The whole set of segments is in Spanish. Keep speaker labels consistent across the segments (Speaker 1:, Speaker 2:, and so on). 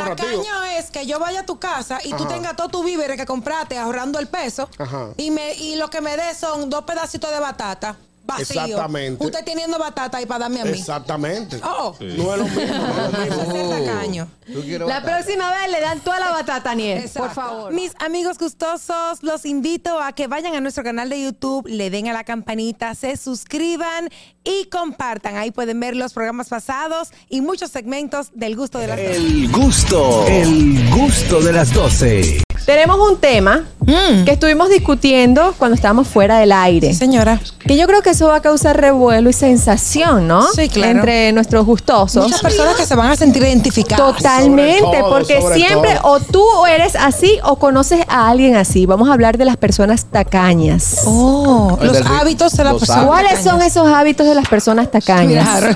Speaker 1: ahorrativo.
Speaker 2: Tacaño es que yo vaya a tu casa y tú
Speaker 1: Ajá.
Speaker 2: tengas todo tu víveres que compraste ahorrando el peso
Speaker 1: Ajá.
Speaker 2: y me y lo que me dé son dos pedacitos de batata vacío.
Speaker 1: Exactamente.
Speaker 2: Usted teniendo batata ahí para darme a mí.
Speaker 1: Exactamente.
Speaker 2: Oh,
Speaker 1: No es lo mismo, no es lo mismo.
Speaker 2: eso es ser tacaño.
Speaker 3: Yo quiero
Speaker 4: La
Speaker 3: batata.
Speaker 4: próxima vez le dan toda la batata, Niel.
Speaker 2: Exacto.
Speaker 4: Por favor.
Speaker 2: Mis amigos gustosos, los invito a que vayan a nuestro canal de YouTube, le den a la campanita, se suscriban y compartan. Ahí pueden ver los programas pasados y muchos segmentos del gusto de las
Speaker 5: El gusto, el gusto de las 12.
Speaker 4: Tenemos un tema
Speaker 2: Mm.
Speaker 4: que estuvimos discutiendo cuando estábamos fuera del aire.
Speaker 2: señora.
Speaker 4: Que yo creo que eso va a causar revuelo y sensación, ¿no?
Speaker 2: Sí, claro.
Speaker 4: Entre nuestros gustosos. Ah,
Speaker 2: Muchas personas que se van a sentir identificadas.
Speaker 4: Totalmente,
Speaker 1: Sobre todo,
Speaker 4: porque
Speaker 1: sobre
Speaker 4: siempre
Speaker 1: todo.
Speaker 4: o tú eres así o conoces a alguien así. Vamos a hablar de las personas tacañas.
Speaker 2: Oh,
Speaker 3: Ay,
Speaker 2: los
Speaker 3: qué rico.
Speaker 2: hábitos de la
Speaker 3: Los
Speaker 2: persona.
Speaker 3: hábitos.
Speaker 4: ¿Cuáles son esos hábitos de las personas tacañas?
Speaker 2: Claro.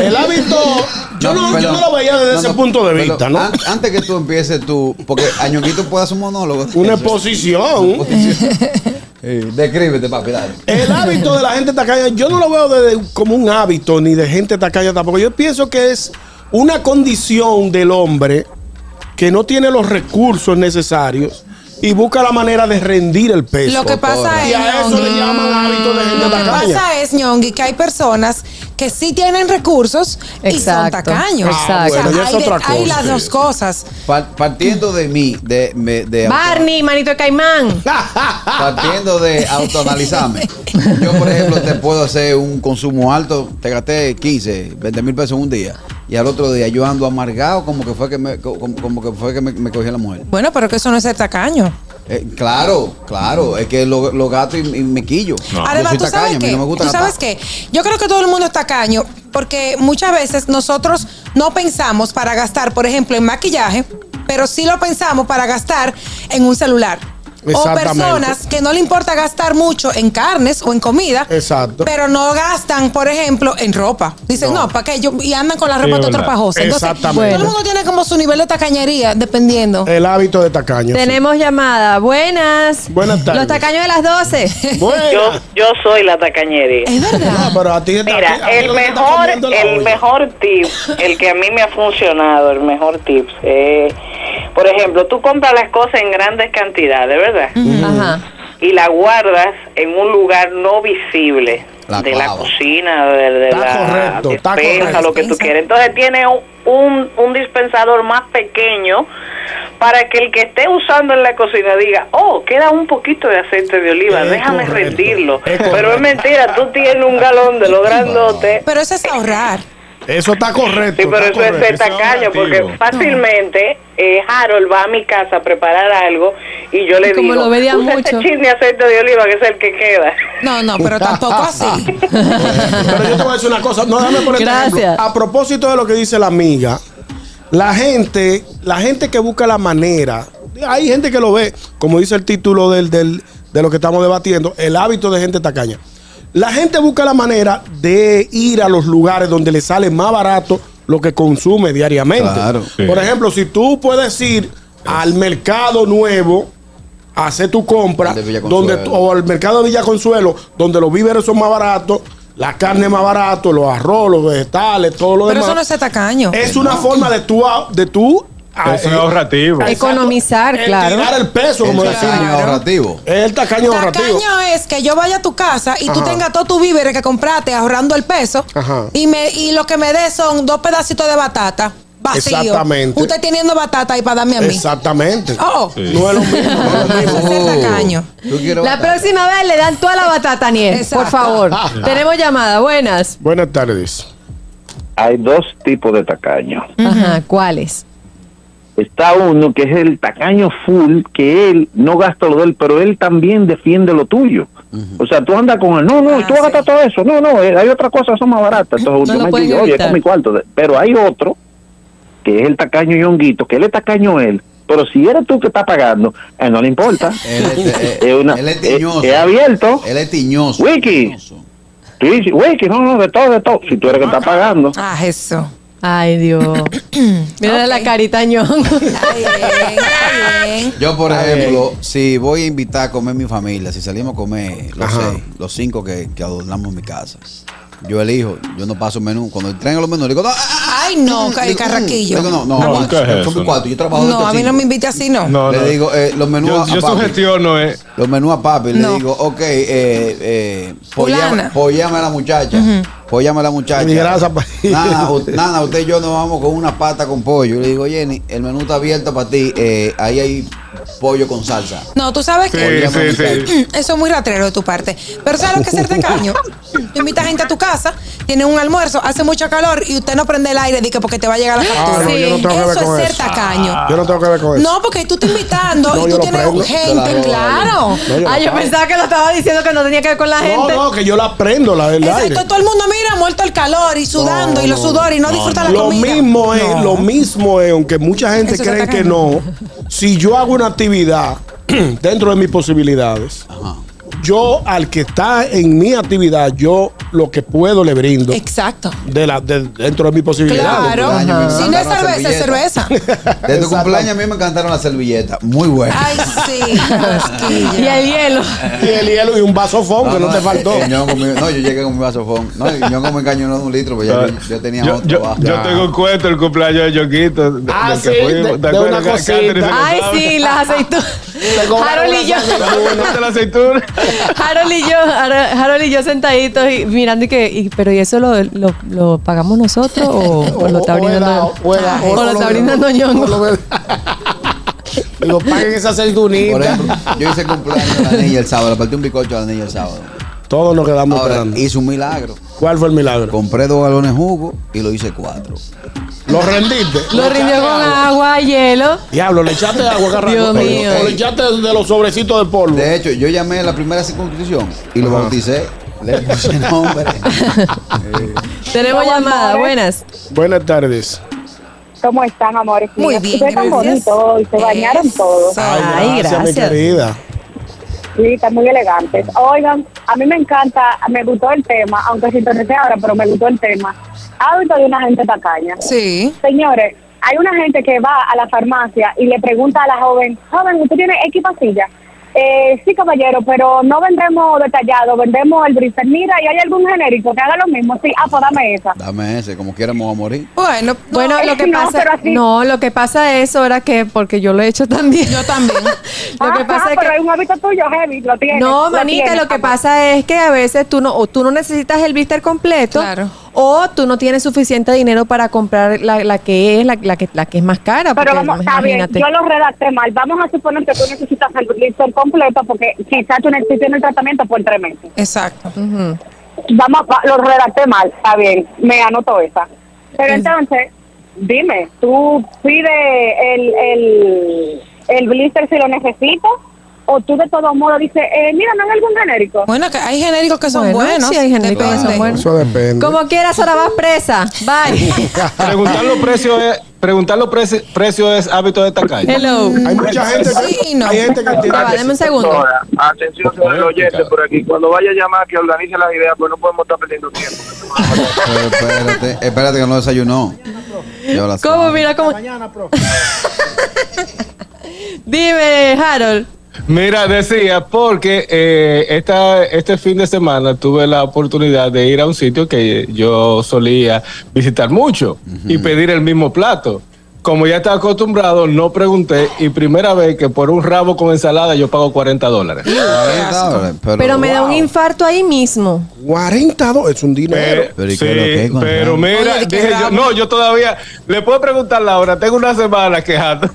Speaker 1: El hábito, yo no, yo
Speaker 3: perdón.
Speaker 1: no lo veía desde
Speaker 3: No,
Speaker 1: ese
Speaker 3: no,
Speaker 1: punto de
Speaker 3: perdón.
Speaker 1: vista, ¿no?
Speaker 3: An- antes que tú empieces tú, porque Añoquito puede hacer un monólogo.
Speaker 1: Una exposición.
Speaker 3: Eh, Descríbete, papi, dale.
Speaker 1: El hábito de la gente tacaña, yo no lo veo desde- como un hábito ni de gente tacaña tampoco. Yo pienso que es una condición del hombre que no tiene los recursos necesarios y busca la manera de rendir el peso.
Speaker 2: Lo que pasa
Speaker 1: y
Speaker 2: es,
Speaker 1: a eso le
Speaker 2: Ñongui,
Speaker 1: llaman hábito de gente
Speaker 2: lo que
Speaker 1: tacaña.
Speaker 2: pasa es, Ñongui, que hay personas que sí tienen recursos y son
Speaker 4: Exacto,
Speaker 2: tacaños.
Speaker 4: exacto.
Speaker 1: Ah, bueno, ya es
Speaker 2: hay, de-
Speaker 1: otra
Speaker 2: hay
Speaker 1: cosa,
Speaker 2: las
Speaker 1: sí.
Speaker 2: dos cosas.
Speaker 3: Pa- partiendo de mí, de, me- de
Speaker 4: Barney, manito de caimán.
Speaker 3: Partiendo de autoanalizarme. Yo, por ejemplo, te puedo hacer un consumo alto, te gasté 15, 20 mil pesos en un día. Y al otro día yo ando amargado como que fue que me, co- como, como que fue que me, me cogió la mujer.
Speaker 2: Bueno, pero que eso no es ser tacaño.
Speaker 3: Eh, claro, claro, es que lo, lo gato y, y me quillo.
Speaker 2: Además,
Speaker 3: Yo
Speaker 2: ¿tú
Speaker 3: soy tacaño,
Speaker 2: sabes
Speaker 3: a mí
Speaker 2: qué?
Speaker 3: no me gusta
Speaker 2: ¿Tú
Speaker 3: gastar.
Speaker 2: sabes qué? Yo creo que todo el mundo es tacaño porque muchas veces nosotros no pensamos para gastar, por ejemplo, en maquillaje, pero sí lo pensamos para gastar en un celular. O
Speaker 1: Exactamente.
Speaker 2: personas que no le importa gastar mucho en carnes o en comida,
Speaker 1: Exacto.
Speaker 2: pero no gastan, por ejemplo, en ropa. Dicen, no, ¿para qué? Yo- y andan con la ropa
Speaker 6: es
Speaker 2: toda
Speaker 6: verdad.
Speaker 2: tropajosa. Entonces,
Speaker 1: Exactamente.
Speaker 2: todo el mundo tiene como su nivel de tacañería, dependiendo.
Speaker 3: Eh.
Speaker 1: El hábito de tacaño. sí.
Speaker 4: Tenemos llamada. Buenas.
Speaker 1: Buenas tardes.
Speaker 4: Los tacaños de las 12.
Speaker 1: Buena.
Speaker 7: Yo, yo soy la tacañería.
Speaker 2: Es
Speaker 1: No,
Speaker 2: verdad.
Speaker 1: pero a ti te- a ti- a
Speaker 7: Mira,
Speaker 1: ti
Speaker 7: el
Speaker 1: lo que te está
Speaker 7: mejor,
Speaker 1: comiendo es la
Speaker 7: el
Speaker 1: olla.
Speaker 7: mejor tip, el que a mí me ha funcionado, el mejor tip, eh, por ejemplo, tú compras las cosas en grandes cantidades, ¿verdad?
Speaker 4: Ajá.
Speaker 7: Y la guardas en un lugar no visible
Speaker 3: La
Speaker 7: de la
Speaker 3: clava.
Speaker 7: cocina, de, de
Speaker 1: Está
Speaker 7: la
Speaker 1: correcto, está
Speaker 7: despensa, lo que tú
Speaker 2: correcto.
Speaker 7: quieras. Entonces tiene un- un, un dispensador más pequeño para que el que esté usando en la cocina diga, oh, queda un poquito de aceite de oliva,
Speaker 1: Es
Speaker 7: déjame
Speaker 1: correcto,
Speaker 7: rendirlo.
Speaker 1: es
Speaker 7: Pero
Speaker 1: correcto.
Speaker 7: es mentira, tú tienes un galón de lo grandote.
Speaker 2: Pero eso es ahorrar.
Speaker 1: Eso está correcto.
Speaker 7: Sí, pero
Speaker 1: está
Speaker 7: eso es
Speaker 1: correcto.
Speaker 7: ser tacaño,
Speaker 6: Eso es
Speaker 7: porque
Speaker 6: ahorrativo.
Speaker 7: fácilmente eh, Harold va a mi casa a preparar algo y yo le
Speaker 4: Y como
Speaker 7: digo,
Speaker 4: lo veía
Speaker 7: usa
Speaker 4: mucho".
Speaker 7: este chin de aceite de oliva que es el que queda.
Speaker 2: No, no, pero tampoco así.
Speaker 1: Pero yo te voy a decir una cosa. No, déjame ponerte
Speaker 4: Gracias.
Speaker 1: ejemplo. A propósito de lo que dice la amiga, la gente, la gente que busca la manera, hay gente que lo ve, como dice el título del, del- de lo que estamos debatiendo, el hábito de gente tacaña. La gente busca la manera de ir a los lugares donde le sale más barato lo que consume diariamente.
Speaker 3: Claro.
Speaker 6: Sí.
Speaker 1: Por ejemplo, si tú puedes ir al mercado nuevo, a hacer tu compra,
Speaker 3: El de Villa
Speaker 1: donde tú-
Speaker 3: Consuelo.
Speaker 1: o o al mercado de Villa Consuelo, donde los víveres son más baratos, la carne más barato, los arroz, los vegetales, todo lo
Speaker 2: Pero
Speaker 1: demás.
Speaker 2: eso no es ser tacaño.
Speaker 1: es una forma de tú a- de tú a-
Speaker 6: Eso
Speaker 1: eh,
Speaker 6: es ahorrativo.
Speaker 1: exacto,
Speaker 4: Economizar,
Speaker 1: el
Speaker 4: claro.
Speaker 1: Tirar el peso, como
Speaker 3: El
Speaker 1: decimos.
Speaker 3: tacaño ahorrativo.
Speaker 1: Es el tacaño ahorrativo.
Speaker 2: Tacaño es que yo vaya a tu casa y tú
Speaker 1: Ajá.
Speaker 2: tengas todo tu víveres que compraste ahorrando el peso
Speaker 1: Ajá.
Speaker 2: y me y lo que me dé son dos pedacitos de batata vacío.
Speaker 1: Exactamente.
Speaker 2: Usted teniendo batata ahí para darme a mí.
Speaker 1: Exactamente.
Speaker 2: Oh,
Speaker 1: No es lo mismo. no es lo mismo.
Speaker 2: Eso es ser tacaño.
Speaker 3: Yo quiero
Speaker 4: La
Speaker 3: batata.
Speaker 4: próxima vez le dan toda la batata, Niel. Por
Speaker 2: Exacto.
Speaker 4: favor. Tenemos llamada. Buenas.
Speaker 1: Buenas tardes.
Speaker 8: hay dos tipos de tacaños.
Speaker 4: Ajá. ¿Cuáles?
Speaker 8: Está uno que es el tacaño full, que él no gasta lo de él, pero él también defiende lo tuyo. O sea, tú andas con él, no, no,
Speaker 2: Ah,
Speaker 8: y tú vas a gastar todo eso, no, no, eh, hay otras cosas que son más baratas. Entonces,
Speaker 4: No
Speaker 8: yo
Speaker 4: lo
Speaker 8: me
Speaker 4: pueden
Speaker 8: digo, oye,
Speaker 4: evitar.
Speaker 8: esto es mi cuarto. Pero hay otro, que es el tacaño yonguito, que él es tacaño él, pero si eres tú que estás pagando, a él no le importa.
Speaker 3: Él es, eh,
Speaker 8: Es una-
Speaker 3: él es
Speaker 8: eh,
Speaker 3: tiñoso.
Speaker 8: es abierto.
Speaker 3: Él es tiñoso.
Speaker 8: Wiki.
Speaker 3: Tiñoso.
Speaker 8: Tú dices, güey, que no, no, de todo, de todo. Si tú eres que estás pagando.
Speaker 2: Ah, eso.
Speaker 4: Ay, Dios. Mira la carita ñongo.
Speaker 2: Está bien, está bien.
Speaker 3: Yo, por ejemplo, si voy a invitar a comer mi familia, si salimos a comer, los
Speaker 1: Ajá.
Speaker 3: seis, los cinco que, que adornamos mi casa, Yo elijo, yo no paso menú. Cuando entregan los menús, digo, no, ah,
Speaker 2: Ay, no, ca-
Speaker 3: digo, mm,
Speaker 2: carraquillo.
Speaker 3: digo, no, no,
Speaker 6: No,
Speaker 3: macho,
Speaker 6: ¿qué es
Speaker 3: son
Speaker 6: eso?
Speaker 3: cuatro. Yo trabajo de
Speaker 2: No,
Speaker 3: ocho
Speaker 2: a mí no
Speaker 3: cinco.
Speaker 2: me invite así, no.
Speaker 6: No,
Speaker 3: Le
Speaker 6: no.
Speaker 3: digo, eh, los menús
Speaker 6: Yo,
Speaker 3: a
Speaker 6: yo
Speaker 3: papi.
Speaker 6: sugestiono eh. es.
Speaker 3: Los menús a papi,
Speaker 2: No.
Speaker 3: le digo, ok, eh, eh,
Speaker 2: Fulana.
Speaker 3: pollame, a la muchacha, pollame a la muchacha.
Speaker 1: Mi grasa pa-
Speaker 3: Nana, u- Nana, usted y yo nos vamos con una pata con pollo. Le digo, Jenny, el menú está abierto para ti, eh, ahí hay pollo con salsa.
Speaker 2: No, tú sabes
Speaker 6: Sí,
Speaker 2: que
Speaker 6: sí, sí.
Speaker 2: mm, eso es muy ratrero de tu parte. Pero ¿sabes lo que es ser tacaño? Tú invitas gente a tu casa, tiene un almuerzo, hace mucho calor y usted no prende el aire, dice porque te va a llegar la factura.
Speaker 1: Ah, no, yo no tengo que ver
Speaker 2: eso
Speaker 1: con
Speaker 2: es ser
Speaker 1: eso.
Speaker 2: tacaño.
Speaker 1: Ah, Yo no tengo que ver con eso.
Speaker 2: No, porque tú estás invitando
Speaker 1: No,
Speaker 2: y
Speaker 1: yo
Speaker 2: tú
Speaker 1: lo
Speaker 2: tienes
Speaker 1: prendo.
Speaker 2: gente,
Speaker 3: Claro.
Speaker 2: claro.
Speaker 1: No, yo
Speaker 4: ah, yo
Speaker 1: la-
Speaker 4: pensaba que lo estaba diciendo que no tenía que ver con la
Speaker 1: No,
Speaker 4: gente.
Speaker 1: no, que yo la prendo, la del aire.
Speaker 2: Exacto, todo el mundo mira, muerto el calor y sudando y los sudores y no, disfruta la
Speaker 1: Lo
Speaker 2: comida.
Speaker 1: mismo es, lo mismo es, aunque mucha gente
Speaker 2: Eso se
Speaker 1: cree
Speaker 2: está
Speaker 1: que no, si yo hago una actividad dentro de mis posibilidades, yo al que está en mi actividad, yo lo que puedo le brindo
Speaker 2: Exacto.
Speaker 1: de la, de- dentro de mis posibilidades.
Speaker 2: Claro.
Speaker 3: cumpleaños, me
Speaker 2: Si no es
Speaker 3: mandaron
Speaker 2: cerveza, es
Speaker 3: servilleta.
Speaker 2: cerveza.
Speaker 3: De tu cumpleaños a mí me encantaron las servilletas, muy buenas.
Speaker 2: Ay, sí, cosquilla.
Speaker 4: Y el hielo.
Speaker 1: Y el hielo y un vaso fondo que no te faltó.
Speaker 3: el ñongo me- no, yo llegué con mi vasofón. No, el ñongo me encañonó de un litro, pues ya yo, yo tenía
Speaker 6: Ah, yo,
Speaker 3: otro
Speaker 6: yo-
Speaker 3: abajo.
Speaker 6: yo tengo un cuento el cumpleaños de Yoquito. de-
Speaker 1: Ah,
Speaker 6: del que
Speaker 1: sí,
Speaker 6: fuimos,
Speaker 1: de-
Speaker 6: ¿te
Speaker 1: de
Speaker 6: acuerdas
Speaker 1: una
Speaker 6: que a Catherine se lo
Speaker 4: Ay,
Speaker 6: sabe?
Speaker 4: sí, las aceitunas.
Speaker 1: cobraron
Speaker 4: Harold y yo.
Speaker 1: las aceitunas.
Speaker 6: ¿Compraste la aceituna?
Speaker 4: Harold y yo, Har- Harold y yo sentaditos y mirando y que, y- pero ¿y eso lo, lo, lo pagamos nosotros o, o lo está brindando? o lo está brindando Ñongo.
Speaker 1: Ñongo. Digo, paguen esa
Speaker 3: Por
Speaker 1: aceitunitas.
Speaker 3: ejemplo, yo hice cumpleaños a la niña el sábado, le partí un bizcocho a la niña el sábado.
Speaker 1: Todos nos quedamos
Speaker 3: Ahora,
Speaker 1: esperando.
Speaker 3: hice un milagro.
Speaker 1: ¿Cuál fue el milagro?
Speaker 3: Compré dos galones de jugo y lo hice cuatro.
Speaker 1: ¿Lo rendiste?
Speaker 4: Lo rindió con agua, hielo.
Speaker 1: Diablo, le echaste agua, carraco.
Speaker 4: Dios
Speaker 1: O-
Speaker 4: mío.
Speaker 1: O le echaste de los sobrecitos de polvo.
Speaker 3: De hecho, yo llamé a la primera circunscripción y lo bauticé. Le puse nombre.
Speaker 4: Tenemos
Speaker 9: No,
Speaker 4: llamada,
Speaker 9: amores.
Speaker 4: buenas.
Speaker 1: Buenas tardes.
Speaker 9: ¿Cómo están, amores?
Speaker 2: Muy
Speaker 9: Mira,
Speaker 2: bien,
Speaker 9: ustedes tan
Speaker 2: gracias.
Speaker 9: bonitos hoy, se bañaron
Speaker 2: Eso.
Speaker 9: todos.
Speaker 4: Ay,
Speaker 1: mi
Speaker 4: gracias.
Speaker 1: querida.
Speaker 9: Sí, están muy elegantes. Oigan, a mí me encanta, me gustó el tema, aunque sintonicé ahora, pero me gustó el tema. Hábito de una gente tacaña.
Speaker 2: Sí.
Speaker 9: Señores, hay una gente que va a la farmacia y le pregunta a la joven, joven, ¿usted tiene X pastillas? Eh, sí, caballero, pero no vendemos detallado, vendemos el bristle. Mira, ¿y hay algún genérico que haga lo mismo? Sí, ah, pues dame esa.
Speaker 3: Dame ese, como quiera me voy a morir.
Speaker 2: Bueno, no,
Speaker 4: Bueno,
Speaker 9: es
Speaker 4: lo que
Speaker 9: que no,
Speaker 4: pasa,
Speaker 9: pero así-
Speaker 4: no, lo que pasa es ahora que porque yo lo he hecho también.
Speaker 2: yo también.
Speaker 4: lo que
Speaker 9: Ajá,
Speaker 4: pasa es
Speaker 9: Ah, pero hay
Speaker 4: que
Speaker 9: un hábito tuyo, Heavy, lo tienes.
Speaker 4: no, manita,
Speaker 9: tienes,
Speaker 4: lo que
Speaker 9: amor.
Speaker 4: pasa es que a veces tú no o tú no necesitas el blister completo
Speaker 2: Claro.
Speaker 4: o tú no tienes suficiente dinero para comprar la, la que es la, la que la que es más cara,
Speaker 9: Pero
Speaker 4: porque
Speaker 9: vamos, está bien,
Speaker 4: imagínate.
Speaker 9: yo lo redacté mal. Vamos a suponer que tú necesitas el blister completo porque quizás tú necesites el tratamiento por tres meses.
Speaker 2: Exacto.
Speaker 4: Ujú.
Speaker 9: Vamos, va- lo redacté mal, está bien, me anoto esa. Pero entonces, dime, ¿tú pides el, el, el blister si lo necesitas? ¿O tú de todos modos dices, eh, mira, no hay algún genérico?
Speaker 2: Bueno, que hay genéricos que son
Speaker 4: Bueno,
Speaker 2: buenos.
Speaker 4: sí, hay genéricos que son
Speaker 2: depende.
Speaker 4: buenos.
Speaker 1: Eso depende.
Speaker 4: Como quieras, ahora vas presa. Bye.
Speaker 6: Preguntar los precios es, preguntar los preci- precios es hábito de tacaño.
Speaker 4: Hello.
Speaker 1: Hay mucha gente que,
Speaker 2: Sí, no.
Speaker 1: hay gente que
Speaker 4: Ya
Speaker 1: tiene
Speaker 10: Ah,
Speaker 4: va, dame un segundo.
Speaker 10: Ahora, atención señor oyente por aquí. Cuando vaya a llamar, que organice las ideas, pues no podemos estar perdiendo tiempo.
Speaker 3: Pero espérate, espérate que no desayunó. Yo la
Speaker 4: ¿Cómo?
Speaker 3: suave.
Speaker 4: Mira cómo. Dime, Harold.
Speaker 6: Mira, decía, porque eh, esta, este fin de semana tuve la oportunidad de ir a un sitio que yo solía visitar mucho y pedir el mismo plato. Como ya estaba acostumbrado, no pregunté y primera vez que por un rabo con ensalada yo pago 40 dólares.
Speaker 3: 40 dólares, Pero,
Speaker 4: Pero me da un infarto ahí mismo.
Speaker 1: 42, es un dinero.
Speaker 6: Pero,
Speaker 3: Pero, ¿y
Speaker 6: sí,
Speaker 3: qué es lo que es con
Speaker 6: pero
Speaker 3: rabo?
Speaker 6: mira,
Speaker 2: Oye, ¿de qué
Speaker 6: dije yo,
Speaker 2: rabo?
Speaker 6: no, yo todavía le puedo preguntar Laura, tengo una semana quejando.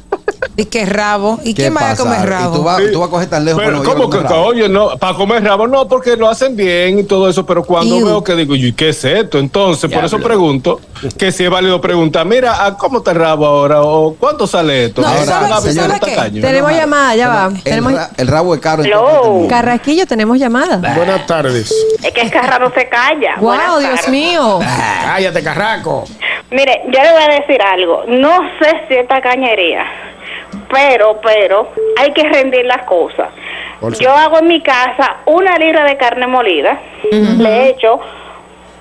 Speaker 2: Y que rabo. ¿Y
Speaker 3: ¿Qué
Speaker 2: quién va a
Speaker 3: pasa?
Speaker 2: comer
Speaker 3: ¿Y tú
Speaker 2: rabo?
Speaker 3: vas, tú vas a coger tan lejos
Speaker 6: Pero,
Speaker 3: para
Speaker 6: ¿cómo
Speaker 3: Nueva York
Speaker 6: que,
Speaker 3: a comer rabo?
Speaker 6: oye, no, para comer rabo no, porque lo hacen bien y todo eso, pero cuando
Speaker 2: Iu.
Speaker 6: veo que digo, ¿y qué es esto? Entonces, por eso pregunto, que si es válido preguntar, mira, ah, ¿cómo está el rabo ahora? ¿O cuánto sale esto?
Speaker 2: No,
Speaker 6: Ah,
Speaker 2: ¿sabe-
Speaker 6: rabo,
Speaker 2: sabe
Speaker 6: señor
Speaker 2: qué?
Speaker 6: tacaño.
Speaker 4: Tenemos
Speaker 3: Pero,
Speaker 4: llamada, ya va.
Speaker 3: El,
Speaker 4: Tenemos
Speaker 3: ra- el rabo es caro. en
Speaker 7: Hello.
Speaker 3: todo este mundo.
Speaker 4: Carrasquillo, tenemos llamada.
Speaker 1: Buenas tardes.
Speaker 9: Es que Escarra no se calla.
Speaker 4: Wow, Dios mío.
Speaker 1: Cállate, carraco.
Speaker 9: Mire, yo le voy a decir algo. No sé si esta cañería, pero, pero, hay que rendir las cosas.
Speaker 1: Por
Speaker 9: Yo hago en mi casa una libra de carne molida. Le echo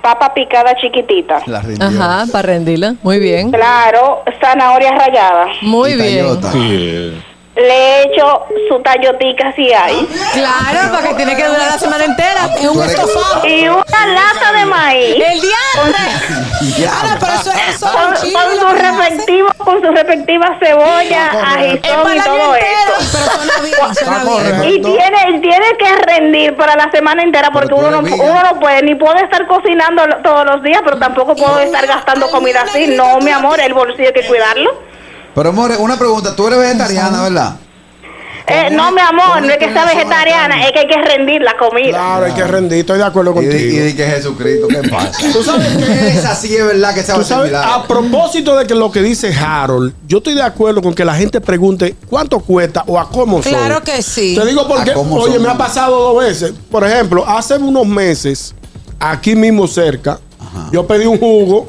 Speaker 9: papa picada chiquitita.
Speaker 3: La rindió.
Speaker 4: Ajá, para rendirla. Muy bien.
Speaker 9: Claro, zanahoria rallada.
Speaker 4: Muy
Speaker 3: Y
Speaker 4: bien.
Speaker 3: Toyota.
Speaker 6: Sí.
Speaker 7: le echo su tallotica si hay.
Speaker 4: Claro, porque tiene que durar la semana
Speaker 3: Ah,
Speaker 4: entera.
Speaker 2: Es un estofado.
Speaker 7: Y una lata de maíz.
Speaker 2: El diantre.
Speaker 3: Ya.
Speaker 2: Ahora, pero eso, eso es
Speaker 7: Con,
Speaker 2: un chile,
Speaker 7: con
Speaker 2: lo
Speaker 7: su
Speaker 2: que hace.
Speaker 7: respectivo, con su respectiva cebolla,
Speaker 2: Es
Speaker 7: ajitón
Speaker 2: para
Speaker 7: y
Speaker 2: el año
Speaker 7: todo
Speaker 2: entero.
Speaker 7: eso.
Speaker 2: Pero suena bien, suena
Speaker 3: Vamos,
Speaker 2: bien.
Speaker 7: Y
Speaker 3: Renato.
Speaker 7: tiene, tiene que rendir para la semana entera porque
Speaker 3: Pero tú
Speaker 7: uno no,
Speaker 3: eres viga.
Speaker 7: uno no puede, ni puedo estar cocinando lo- todos los días, pero tampoco puedo estar gastando comida así. No, mi amor, el bolsillo hay que cuidarlo.
Speaker 3: Pero, More, una pregunta. Tú eres vegetariana, ¿verdad?
Speaker 7: Eh, no, mi amor, no es que sea vegetariana, es que hay que rendir la comida.
Speaker 1: Claro, hay que rendir, estoy de acuerdo
Speaker 3: Y, di- y
Speaker 1: contigo.
Speaker 3: di que Jesucristo, ¿qué pasa?
Speaker 1: Tú sabes que-
Speaker 3: esa sí es verdad que se
Speaker 1: Tú sabes, ah, a propósito de que lo que dice Harold, yo estoy de acuerdo con que la gente pregunte cuánto cuesta o a cómo son.
Speaker 2: Claro que sí.
Speaker 1: Te digo porque,
Speaker 3: ¿A cómo
Speaker 1: oye,
Speaker 3: son?
Speaker 1: me ha pasado dos veces. Por ejemplo, hace unos meses, aquí mismo cerca, yo pedí un jugo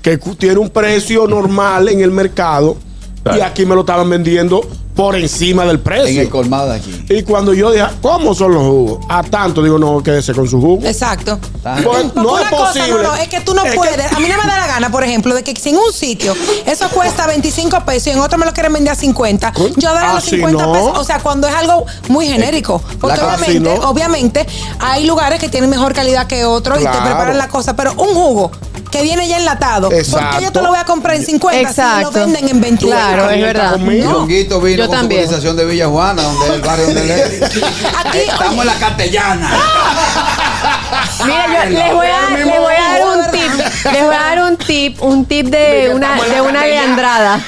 Speaker 1: que cu- tiene un precio normal en el mercado y
Speaker 6: Claro.
Speaker 1: aquí me lo estaban vendiendo por encima del
Speaker 3: En el
Speaker 1: precio.
Speaker 3: colmado de aquí.
Speaker 1: Y cuando yo dije, ¿cómo son los jugos? A tanto, digo, no, quédese con su jugo.
Speaker 2: Exacto.
Speaker 3: Está-
Speaker 1: Pues,
Speaker 2: Porque
Speaker 1: no es
Speaker 2: una cosa,
Speaker 1: posible.
Speaker 2: no, no, es que tú no
Speaker 1: Es que-
Speaker 2: puedes. A mí no me da la gana, por ejemplo, de que si en un sitio eso cuesta 25 pesos y en otro me lo quieren vender a 50,
Speaker 1: ¿Con?
Speaker 2: yo daré los
Speaker 1: Así
Speaker 2: 50
Speaker 1: Ah, no.
Speaker 2: pesos. O sea, cuando es algo muy genérico. Porque
Speaker 3: cosa-
Speaker 1: así
Speaker 2: obviamente,
Speaker 1: no.
Speaker 2: obviamente, hay lugares que tienen mejor calidad que otros y te
Speaker 1: Claro.
Speaker 2: preparan la cosa. Pero un jugo que viene ya enlatado, ¿por qué yo te
Speaker 1: Exacto.
Speaker 2: lo voy a comprar en 50 si lo
Speaker 4: Exacto.
Speaker 2: venden en 21?
Speaker 4: Claro, es verdad.
Speaker 1: Conmigo.
Speaker 3: Y Longuito vino
Speaker 4: Yo
Speaker 3: con
Speaker 4: también.
Speaker 3: su cotización de Villa Juana, donde es el barrio donde él es.
Speaker 2: Aquí,
Speaker 3: Estamos en la castellana.
Speaker 1: Ah.
Speaker 4: Mira, yo les voy a, les voy a dar un tip. Les voy a dar un tip, un tip de una, de una leandrada.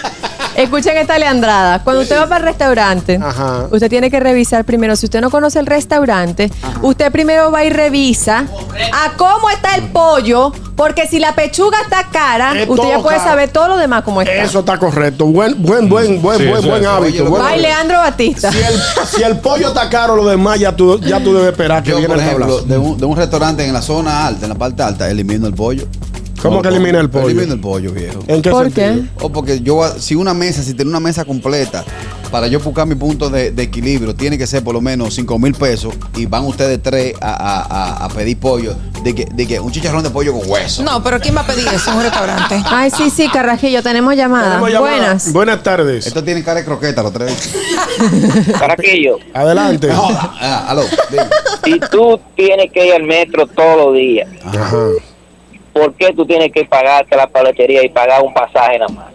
Speaker 4: Escuchen esta leandrada. Cuando usted va para el restaurante,
Speaker 1: Ajá.
Speaker 4: usted tiene que revisar primero. Si usted no conoce el restaurante, usted primero va y revisa a cómo está el pollo, porque si la pechuga está cara,
Speaker 1: Es
Speaker 4: usted ya
Speaker 1: todo
Speaker 4: puede
Speaker 1: caro.
Speaker 4: saber todo lo demás cómo está.
Speaker 1: Eso está correcto. Buen, buen, buen, buen,
Speaker 6: Sí,
Speaker 1: buen,
Speaker 6: eso
Speaker 1: buen
Speaker 6: es.
Speaker 1: hábito.
Speaker 3: Oye,
Speaker 1: buen
Speaker 3: lo-
Speaker 4: Va y
Speaker 1: hábito.
Speaker 4: Leandro Batista.
Speaker 1: Si el, si el pollo está caro, lo demás ya tú, ya tú debes esperar que
Speaker 3: Yo,
Speaker 1: viene
Speaker 3: por
Speaker 1: el
Speaker 3: ejemplo,
Speaker 1: tablazo.
Speaker 3: de un, de un restaurante en la zona alta, en la parte alta, elimino el pollo.
Speaker 1: ¿Cómo que elimina el pollo?
Speaker 3: Elimino el pollo, viejo.
Speaker 1: ¿En qué
Speaker 4: ¿Por
Speaker 1: sentido?
Speaker 3: O porque yo, va- si una mesa, si tiene una mesa completa, para yo buscar mi punto de, de equilibrio, tiene que ser por lo menos 5 mil pesos y van ustedes tres a, a- a- a pedir pollo. De que, de que un chicharrón de pollo con hueso.
Speaker 2: no, pero ¿quién va a pedir eso en un restaurante?
Speaker 4: Ay, sí, sí, Carrajillo, tenemos llamada.
Speaker 1: Tenemos llamada.
Speaker 4: Ah, Buenas.
Speaker 1: Buenas tardes.
Speaker 3: Esto tiene cara de croqueta, los tres.
Speaker 10: Para aquello,
Speaker 1: Adelante.
Speaker 3: No, joda. Ah, aló, dime.
Speaker 10: si tú tienes que ir al metro todos los días,
Speaker 1: Ajá.
Speaker 10: ¿por qué tú tienes que pagarte la paletería y pagar un pasaje nada más?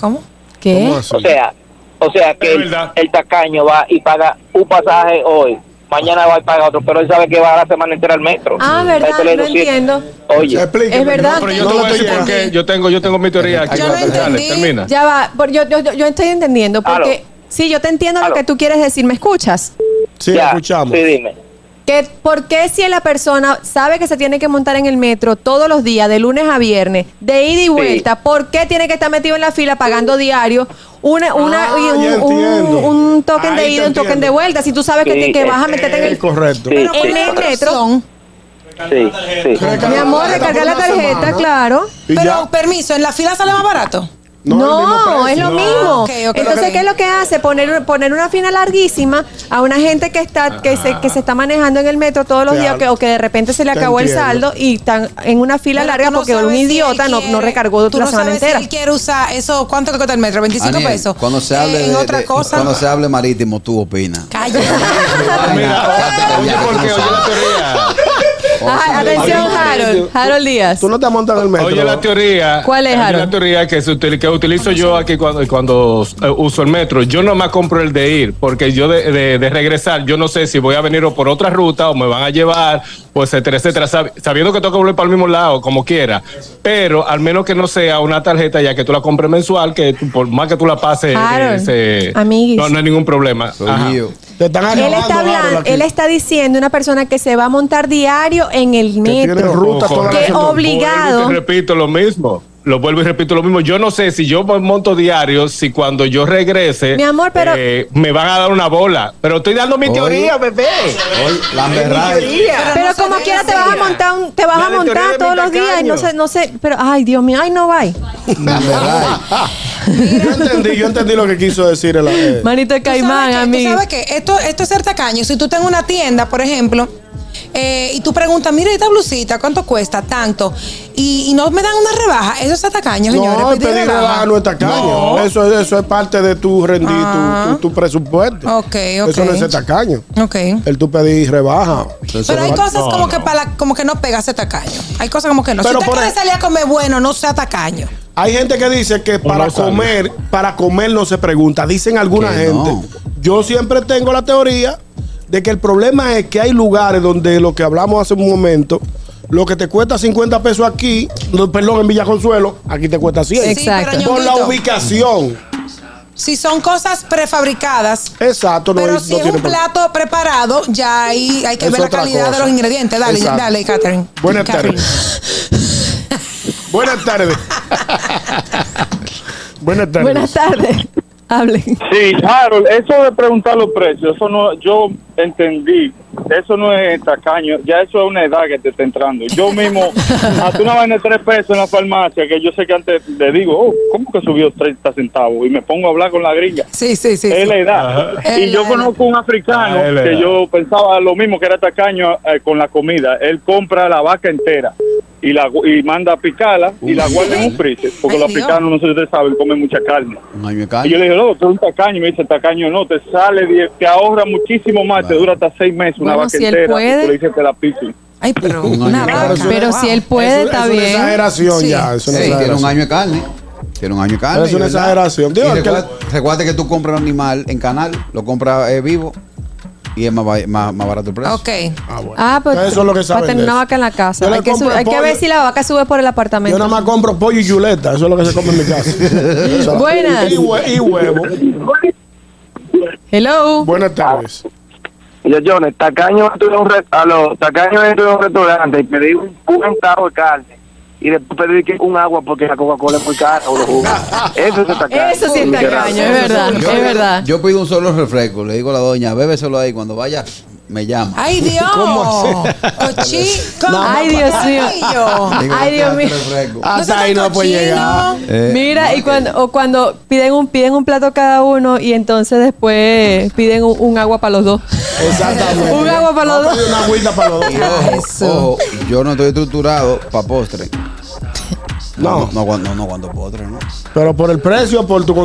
Speaker 2: ¿Cómo?
Speaker 1: ¿Cómo
Speaker 4: ¿Qué?
Speaker 1: así?
Speaker 10: O sea, o sea que
Speaker 6: Es
Speaker 10: el,
Speaker 6: verdad.
Speaker 10: el tacaño va y paga un pasaje hoy, mañana va y paga otro, pero él sabe que va a la semana entera al metro.
Speaker 4: Ah,
Speaker 10: Ahí
Speaker 4: verdad,
Speaker 10: te le
Speaker 4: no
Speaker 10: digo, sí,
Speaker 4: entiendo.
Speaker 10: Oye,
Speaker 1: Explíqueme.
Speaker 4: Es verdad.
Speaker 1: No,
Speaker 6: Pero
Speaker 1: pero
Speaker 6: yo
Speaker 1: no
Speaker 6: te voy
Speaker 1: lo
Speaker 6: a decir
Speaker 1: estoy
Speaker 6: por qué.
Speaker 1: entendiendo.
Speaker 6: Yo tengo, yo tengo mi teoría aquí.
Speaker 2: Yo no
Speaker 6: Dale,
Speaker 2: entendí.
Speaker 6: termina.
Speaker 4: Ya va, por- yo, yo, yo- yo estoy entendiendo, porque
Speaker 10: Aló.
Speaker 4: sí, yo te entiendo lo
Speaker 10: Aló.
Speaker 4: que tú quieres decir, ¿me escuchas?
Speaker 1: Sí,
Speaker 10: ya,
Speaker 1: escuchamos.
Speaker 10: sí, dime.
Speaker 4: Que por qué si la persona sabe que se tiene que montar en el metro todos los días, de lunes a viernes, de ida y vuelta, ¿por qué tiene que estar metido en la fila pagando diario una, una,
Speaker 1: Uh. Ah,
Speaker 4: y un,
Speaker 1: ya
Speaker 4: un-
Speaker 1: entiendo.
Speaker 4: un token
Speaker 1: Ahí
Speaker 4: de
Speaker 1: te
Speaker 4: ida, un token
Speaker 1: entiendo.
Speaker 4: de vuelta? Si tú sabes que,
Speaker 10: Sí,
Speaker 4: te- que
Speaker 10: eh,
Speaker 4: vas a meterte en
Speaker 1: Es
Speaker 4: el...
Speaker 1: correcto.
Speaker 10: Sí,
Speaker 2: Pero Eh, en
Speaker 10: sí,
Speaker 2: el metro.
Speaker 10: sí, sí.
Speaker 1: Recarga
Speaker 4: Mi
Speaker 1: la
Speaker 4: amor,
Speaker 1: tarjeta
Speaker 4: recargar
Speaker 1: por
Speaker 4: la
Speaker 1: una
Speaker 4: tarjeta,
Speaker 1: semana.
Speaker 4: claro.
Speaker 1: Y
Speaker 2: Pero
Speaker 1: ya.
Speaker 2: permiso, ¿en la fila sale más barato?
Speaker 4: No,
Speaker 1: es el mismo precio. Ah,
Speaker 4: es lo
Speaker 1: No.
Speaker 4: mismo.
Speaker 2: Ok, ok,
Speaker 4: Entonces,
Speaker 2: ok.
Speaker 4: ¿qué es lo que hace? Poner, poner una fina larguísima a una gente que está que se, que se está manejando en el metro todos los
Speaker 1: Te
Speaker 4: días o que, o que de repente se le
Speaker 1: te
Speaker 4: acabó
Speaker 1: entiendo.
Speaker 4: el saldo y están en una fila
Speaker 2: Pero
Speaker 4: larga
Speaker 2: tú no
Speaker 4: porque
Speaker 2: sabes
Speaker 4: un
Speaker 2: si él
Speaker 4: idiota no, no
Speaker 2: quiere-
Speaker 4: recargó
Speaker 2: tú
Speaker 4: la
Speaker 2: no
Speaker 4: semana
Speaker 2: sabes
Speaker 4: entera.
Speaker 2: Si él quiere usar eso, ¿cuánto que cuesta el metro? 25
Speaker 3: Aniel,
Speaker 2: pesos.
Speaker 3: Cuando se
Speaker 2: Eh,
Speaker 3: hable
Speaker 2: en
Speaker 3: de-
Speaker 2: otra
Speaker 3: de-
Speaker 2: cosa.
Speaker 3: Cuando se hable marítimo, tú opinas.
Speaker 2: Calla.
Speaker 6: Mira, oye, porque oye la teoría.
Speaker 2: Ah,
Speaker 4: Ajá, atención,
Speaker 1: Oye,
Speaker 4: Harold. Harold Díaz.
Speaker 1: Tú no te has montado en el metro.
Speaker 6: Oye la teoría.
Speaker 4: ¿Cuál es,
Speaker 6: oye
Speaker 4: Harold?
Speaker 6: la teoría que, se util- que utilizo yo aquí cuando, cuando eh, uso el metro. Yo nomás compro el de ir, porque yo de, de- de regresar, yo no sé si voy a venir o por otra ruta o me van a llevar, o etcétera, etcétera. Sab- sabiendo que tengo que volver para el mismo lado, como quiera. Pero al menos que no sea una tarjeta ya que tú la compres mensual, que tú- por más que tú la pases,
Speaker 4: Harold,
Speaker 6: ese-
Speaker 4: amiguis.
Speaker 6: no, no hay ningún problema.
Speaker 3: Soy
Speaker 6: Ajá.
Speaker 3: yo.
Speaker 1: Te están
Speaker 4: Él
Speaker 1: acabando,
Speaker 4: está,
Speaker 1: Harold,
Speaker 4: hablando,
Speaker 1: aquí.
Speaker 4: él está diciendo una persona que se va a montar diario en el
Speaker 1: Que tiene
Speaker 4: metro.
Speaker 1: ruta
Speaker 6: Ojo.
Speaker 1: toda la
Speaker 4: Que
Speaker 1: semana.
Speaker 4: obli- obligado.
Speaker 6: Vuelvo y te repito lo mismo. Lo vuelvo y repito lo mismo. Yo no sé si yo monto diario, si cuando yo regrese,
Speaker 4: Mi amor, pero-
Speaker 6: eh, me van a dar una bola. Pero estoy dando mi teoría, bebé.
Speaker 3: Hoy, la verdad es-
Speaker 4: Pero
Speaker 2: no se
Speaker 4: como
Speaker 2: ve
Speaker 4: quiera
Speaker 2: así.
Speaker 4: te vas a montar un- te vas
Speaker 6: La
Speaker 4: a
Speaker 6: de teoría
Speaker 4: montar
Speaker 6: de
Speaker 4: todos
Speaker 6: mi
Speaker 4: los días y no
Speaker 6: tacaño.
Speaker 4: sé no sé, pero ay, Dios mío, ay no va.
Speaker 3: la verdad es-
Speaker 1: Yo entendí, yo entendí lo que quiso decir el eh,
Speaker 4: Manito de
Speaker 2: ¿Tú sabes
Speaker 4: caimán,
Speaker 2: qué? ¿Tú
Speaker 4: amigo.
Speaker 2: sabes que esto, esto es ser tacaño. Si tú estás en una tienda, por ejemplo, eh, y tú preguntas, mira esta blusita, ¿cuánto cuesta? Tanto. Y, y no me dan una rebaja. Eso es atacaño, señores.
Speaker 1: No, el
Speaker 2: pedir
Speaker 1: pedir
Speaker 2: rebaja.
Speaker 1: rebaja no es tacaño.
Speaker 6: No.
Speaker 1: Eso, es- eso es parte de tu rendir, tu-
Speaker 2: Ajá.
Speaker 1: tu, tu presupuesto.
Speaker 2: Ah. Ok, ok.
Speaker 1: Eso no es ser tacaño.
Speaker 2: Ok.
Speaker 1: El tú pedir rebaja.
Speaker 2: Pero hay cosas
Speaker 1: No,
Speaker 2: como
Speaker 1: no.
Speaker 2: que para la- como que no pega ese tacaño. Hay cosas como que no.
Speaker 1: Pero
Speaker 2: si
Speaker 1: por
Speaker 2: usted quiere
Speaker 1: ej-
Speaker 2: salir a comer bueno, no sea tacaño.
Speaker 1: Hay gente que dice que para
Speaker 6: no sabe.
Speaker 1: comer, para comer no se pregunta. Dicen alguna
Speaker 3: Que
Speaker 1: gente.
Speaker 3: no.
Speaker 1: Yo siempre tengo la teoría de que el problema es que hay lugares donde lo que hablamos hace un momento, lo que te cuesta 50 pesos aquí, no, perdón, en Villa Consuelo, aquí te cuesta 100.
Speaker 2: Sí, pero
Speaker 4: Exacto.
Speaker 1: Por la
Speaker 2: Ñonguito,
Speaker 1: ubicación.
Speaker 2: Si son cosas prefabricadas.
Speaker 1: Exacto, no,
Speaker 2: Pero
Speaker 1: no
Speaker 2: si es
Speaker 1: tiene
Speaker 2: un
Speaker 1: por-
Speaker 2: plato preparado, ya ahí hay que
Speaker 1: Es
Speaker 2: ver la
Speaker 1: otra
Speaker 2: calidad de
Speaker 1: cosa.
Speaker 2: los ingredientes. Dale,
Speaker 1: Exacto.
Speaker 2: dale, Catherine.
Speaker 1: Buenas
Speaker 2: Catherine.
Speaker 1: tardes. Buenas tardes. Buenas tardes.
Speaker 4: Buenas tardes. Hablen.
Speaker 10: Sí, Harold, eso de preguntar los precios, eso no, yo entendí, eso no es tacaño, ya eso es una edad que te está entrando. Yo mismo, hasta una vaina de tres pesos en la farmacia, que yo sé que antes le digo, oh, ¿cómo que subió 30 centavos? Y me pongo a hablar con la gringa.
Speaker 2: Sí, sí, sí.
Speaker 10: Es
Speaker 2: sí.
Speaker 10: la edad.
Speaker 2: Ajá.
Speaker 10: Y
Speaker 2: Es
Speaker 10: yo
Speaker 2: la
Speaker 10: conozco un africano
Speaker 6: Ah, es la
Speaker 10: que
Speaker 6: edad.
Speaker 10: yo pensaba lo mismo que era tacaño eh, con la comida. Él compra la vaca entera y la gu- y manda a picarla y la guarda en un freezer, porque
Speaker 2: Ay,
Speaker 10: los
Speaker 2: Dios.
Speaker 10: africanos, no sé si ustedes saben, comen mucha carne.
Speaker 3: Un año
Speaker 10: Y
Speaker 3: de
Speaker 10: yo
Speaker 3: caña.
Speaker 10: le dije, no, tú eres un tacaño. Y me dice, tacaño no, te sale, die- te ahorra muchísimo más, te dura hasta seis meses una
Speaker 4: Bueno,
Speaker 10: vaca
Speaker 4: si él
Speaker 10: entera.
Speaker 4: puede.
Speaker 10: Y tú le dices, te la piquen.
Speaker 2: Ay, pero
Speaker 3: Un
Speaker 2: una
Speaker 3: año.
Speaker 2: vaca.
Speaker 4: Pero
Speaker 2: Wow.
Speaker 4: si él puede,
Speaker 1: Es una-
Speaker 4: está
Speaker 1: es una
Speaker 4: bien.
Speaker 1: exageración
Speaker 2: Sí.
Speaker 1: ya. Es
Speaker 3: Sí,
Speaker 1: una
Speaker 3: tiene un
Speaker 1: exageración.
Speaker 3: año de carne. Tiene un año de carne.
Speaker 1: Es una
Speaker 3: ¿verdad?
Speaker 1: exageración. Digo,
Speaker 3: Y
Speaker 1: es que-
Speaker 3: recuerda, recuerda que tú compras un animal en canal, lo compras eh, vivo y es más, ba- más, más barato el precio.
Speaker 2: Ok.
Speaker 1: Ah, bueno.
Speaker 4: Ah, pues
Speaker 1: Entonces, eso es lo que
Speaker 4: para
Speaker 1: saben
Speaker 4: tener
Speaker 1: de
Speaker 4: una
Speaker 1: eso.
Speaker 4: vaca en la casa.
Speaker 1: Yo le
Speaker 4: Hay que,
Speaker 1: compro
Speaker 4: sub- hay que
Speaker 1: pollo.
Speaker 4: ver si la vaca sube por el
Speaker 1: Yo nada
Speaker 4: apartamento.
Speaker 1: más compro pollo y chuleta, eso es lo que se come en mi casa. O sea,
Speaker 4: Buenas.
Speaker 1: Y, hue- y huevo.
Speaker 4: Hello.
Speaker 1: Buenas tardes.
Speaker 10: Yo, Jones, tacaño entró a, un re- a los tacaños entró a un restaurante y pedí un, un tajo de carne. Y después pedí que un agua porque la Coca-Cola es muy cara o los jugos. Eso es tacaño.
Speaker 4: Eso sí es tacaño, es verdad,
Speaker 3: Yo-
Speaker 4: es verdad.
Speaker 3: Yo pido un solo refresco, le digo a la doña, bébeselo ahí, cuando vaya me llama.
Speaker 2: Ay, Dios.
Speaker 1: ¿Cómo
Speaker 2: Cochi- ¿Cómo?
Speaker 4: Ay, Dios mío.
Speaker 2: Carrillo.
Speaker 3: Digo,
Speaker 4: Ay, Dios
Speaker 3: "Date este
Speaker 4: mío. Ah,
Speaker 3: refresco".
Speaker 2: seas
Speaker 1: Hasta ahí no puede
Speaker 2: cochino.
Speaker 1: llegar.
Speaker 3: Eh,
Speaker 4: Mira, y cuando, o cuando piden un, piden un plato cada uno y entonces después piden un, un agua para los dos.
Speaker 1: Exactamente.
Speaker 4: Un agua para los
Speaker 1: Vamos a pedir
Speaker 4: dos.
Speaker 1: Una agüita para los dos.
Speaker 3: Y ojo, ojo, yo no estoy estructurado para postre.
Speaker 1: No.
Speaker 3: No, no, aguanto- no, no aguanto postre, ¿no?
Speaker 1: Pero por el precio, por tu
Speaker 3: Por-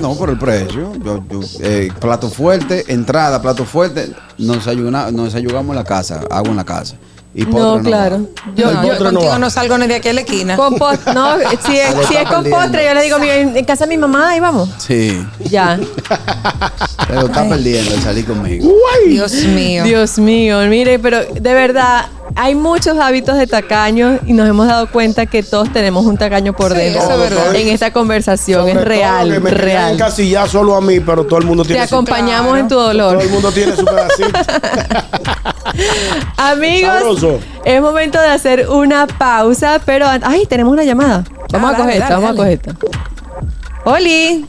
Speaker 3: no, no, por el precio. Yo- yo, eh, plato fuerte, entrada, plato fuerte. Nos, desayuna- nos desayunamos en la casa, hago en la casa. Y postre
Speaker 4: No,
Speaker 3: va.
Speaker 4: claro. Yo,
Speaker 2: No,
Speaker 4: yo-
Speaker 2: yo
Speaker 1: Eh, otro no
Speaker 2: contigo
Speaker 1: va.
Speaker 2: no salgo ni de aquí a la esquina.
Speaker 4: con post- no, si
Speaker 3: Se lo
Speaker 4: es, si
Speaker 3: está
Speaker 4: es con
Speaker 3: perdiendo.
Speaker 4: postre, yo le digo, mira, en en casa de mi mamá, ahí vamos.
Speaker 3: Sí,
Speaker 4: Ya.
Speaker 3: te lo está perdiendo el salir conmigo.
Speaker 2: Dios mío.
Speaker 4: Dios mío, mire, pero de verdad, hay muchos hábitos de tacaños y nos hemos dado cuenta que todos tenemos un tacaño por
Speaker 2: Sí,
Speaker 4: dentro.
Speaker 2: eso es verdad.
Speaker 4: En esta conversación,
Speaker 1: Sobre
Speaker 4: es
Speaker 1: todo que
Speaker 4: real,
Speaker 1: me querían
Speaker 4: real.
Speaker 1: encasillar solo a mí, pero todo el mundo
Speaker 4: Te
Speaker 1: tiene su
Speaker 4: acompañamos
Speaker 2: Claro.
Speaker 4: en tu dolor.
Speaker 1: Todo el mundo tiene su pedacito.
Speaker 4: Amigos,
Speaker 1: Sabroso.
Speaker 4: es momento de hacer una pausa, pero an- ay, tenemos una llamada. Vamos
Speaker 2: Ah,
Speaker 4: a coger
Speaker 2: dale,
Speaker 4: esta,
Speaker 2: dale,
Speaker 4: vamos a coger esta. Oli,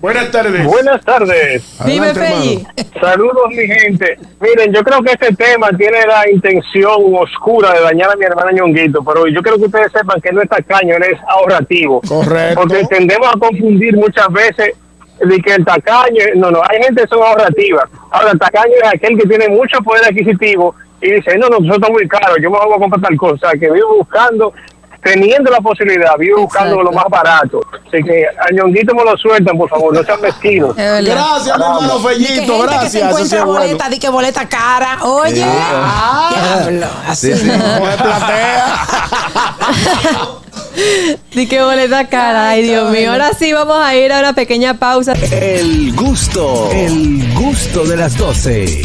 Speaker 1: Buenas tardes.
Speaker 10: Buenas tardes.
Speaker 4: dime
Speaker 1: Adelante,
Speaker 4: Feli.
Speaker 1: hermano.
Speaker 10: Saludos, mi gente. Miren, yo creo que este tema tiene la intención oscura de dañar a mi hermana Ñonguito, pero yo creo que ustedes sepan que no es tacaño, él es ahorrativo.
Speaker 1: Correcto.
Speaker 10: Porque tendemos a confundir muchas veces de que el tacaño, no, no, hay gente que son ahorrativas. Ahora, el tacaño es aquel que tiene mucho poder adquisitivo y dice, no, no, eso está muy caro, yo me voy a comprar tal cosa, que vive buscando, teniendo la posibilidad, vive buscando
Speaker 4: Exacto.
Speaker 10: lo más barato. Así que a Ñonguito me lo sueltan, por favor, no sean mezquinos.
Speaker 2: Es verdad.
Speaker 1: Gracias, mi hermano
Speaker 2: Di que
Speaker 1: Fellito.
Speaker 2: gente que se
Speaker 1: Gracias. Eso sí
Speaker 2: encuentra
Speaker 1: es bueno.
Speaker 2: boleta, di que boleta cara. Oye,
Speaker 3: Sí.
Speaker 1: Ah.
Speaker 2: diablo, así.
Speaker 3: Sí, sí.
Speaker 2: no.
Speaker 1: Coge platea.
Speaker 4: Di que boleta cara, ay Dios mío. Ahora sí vamos a ir a una pequeña pausa.
Speaker 5: El gusto, el gusto de las 12.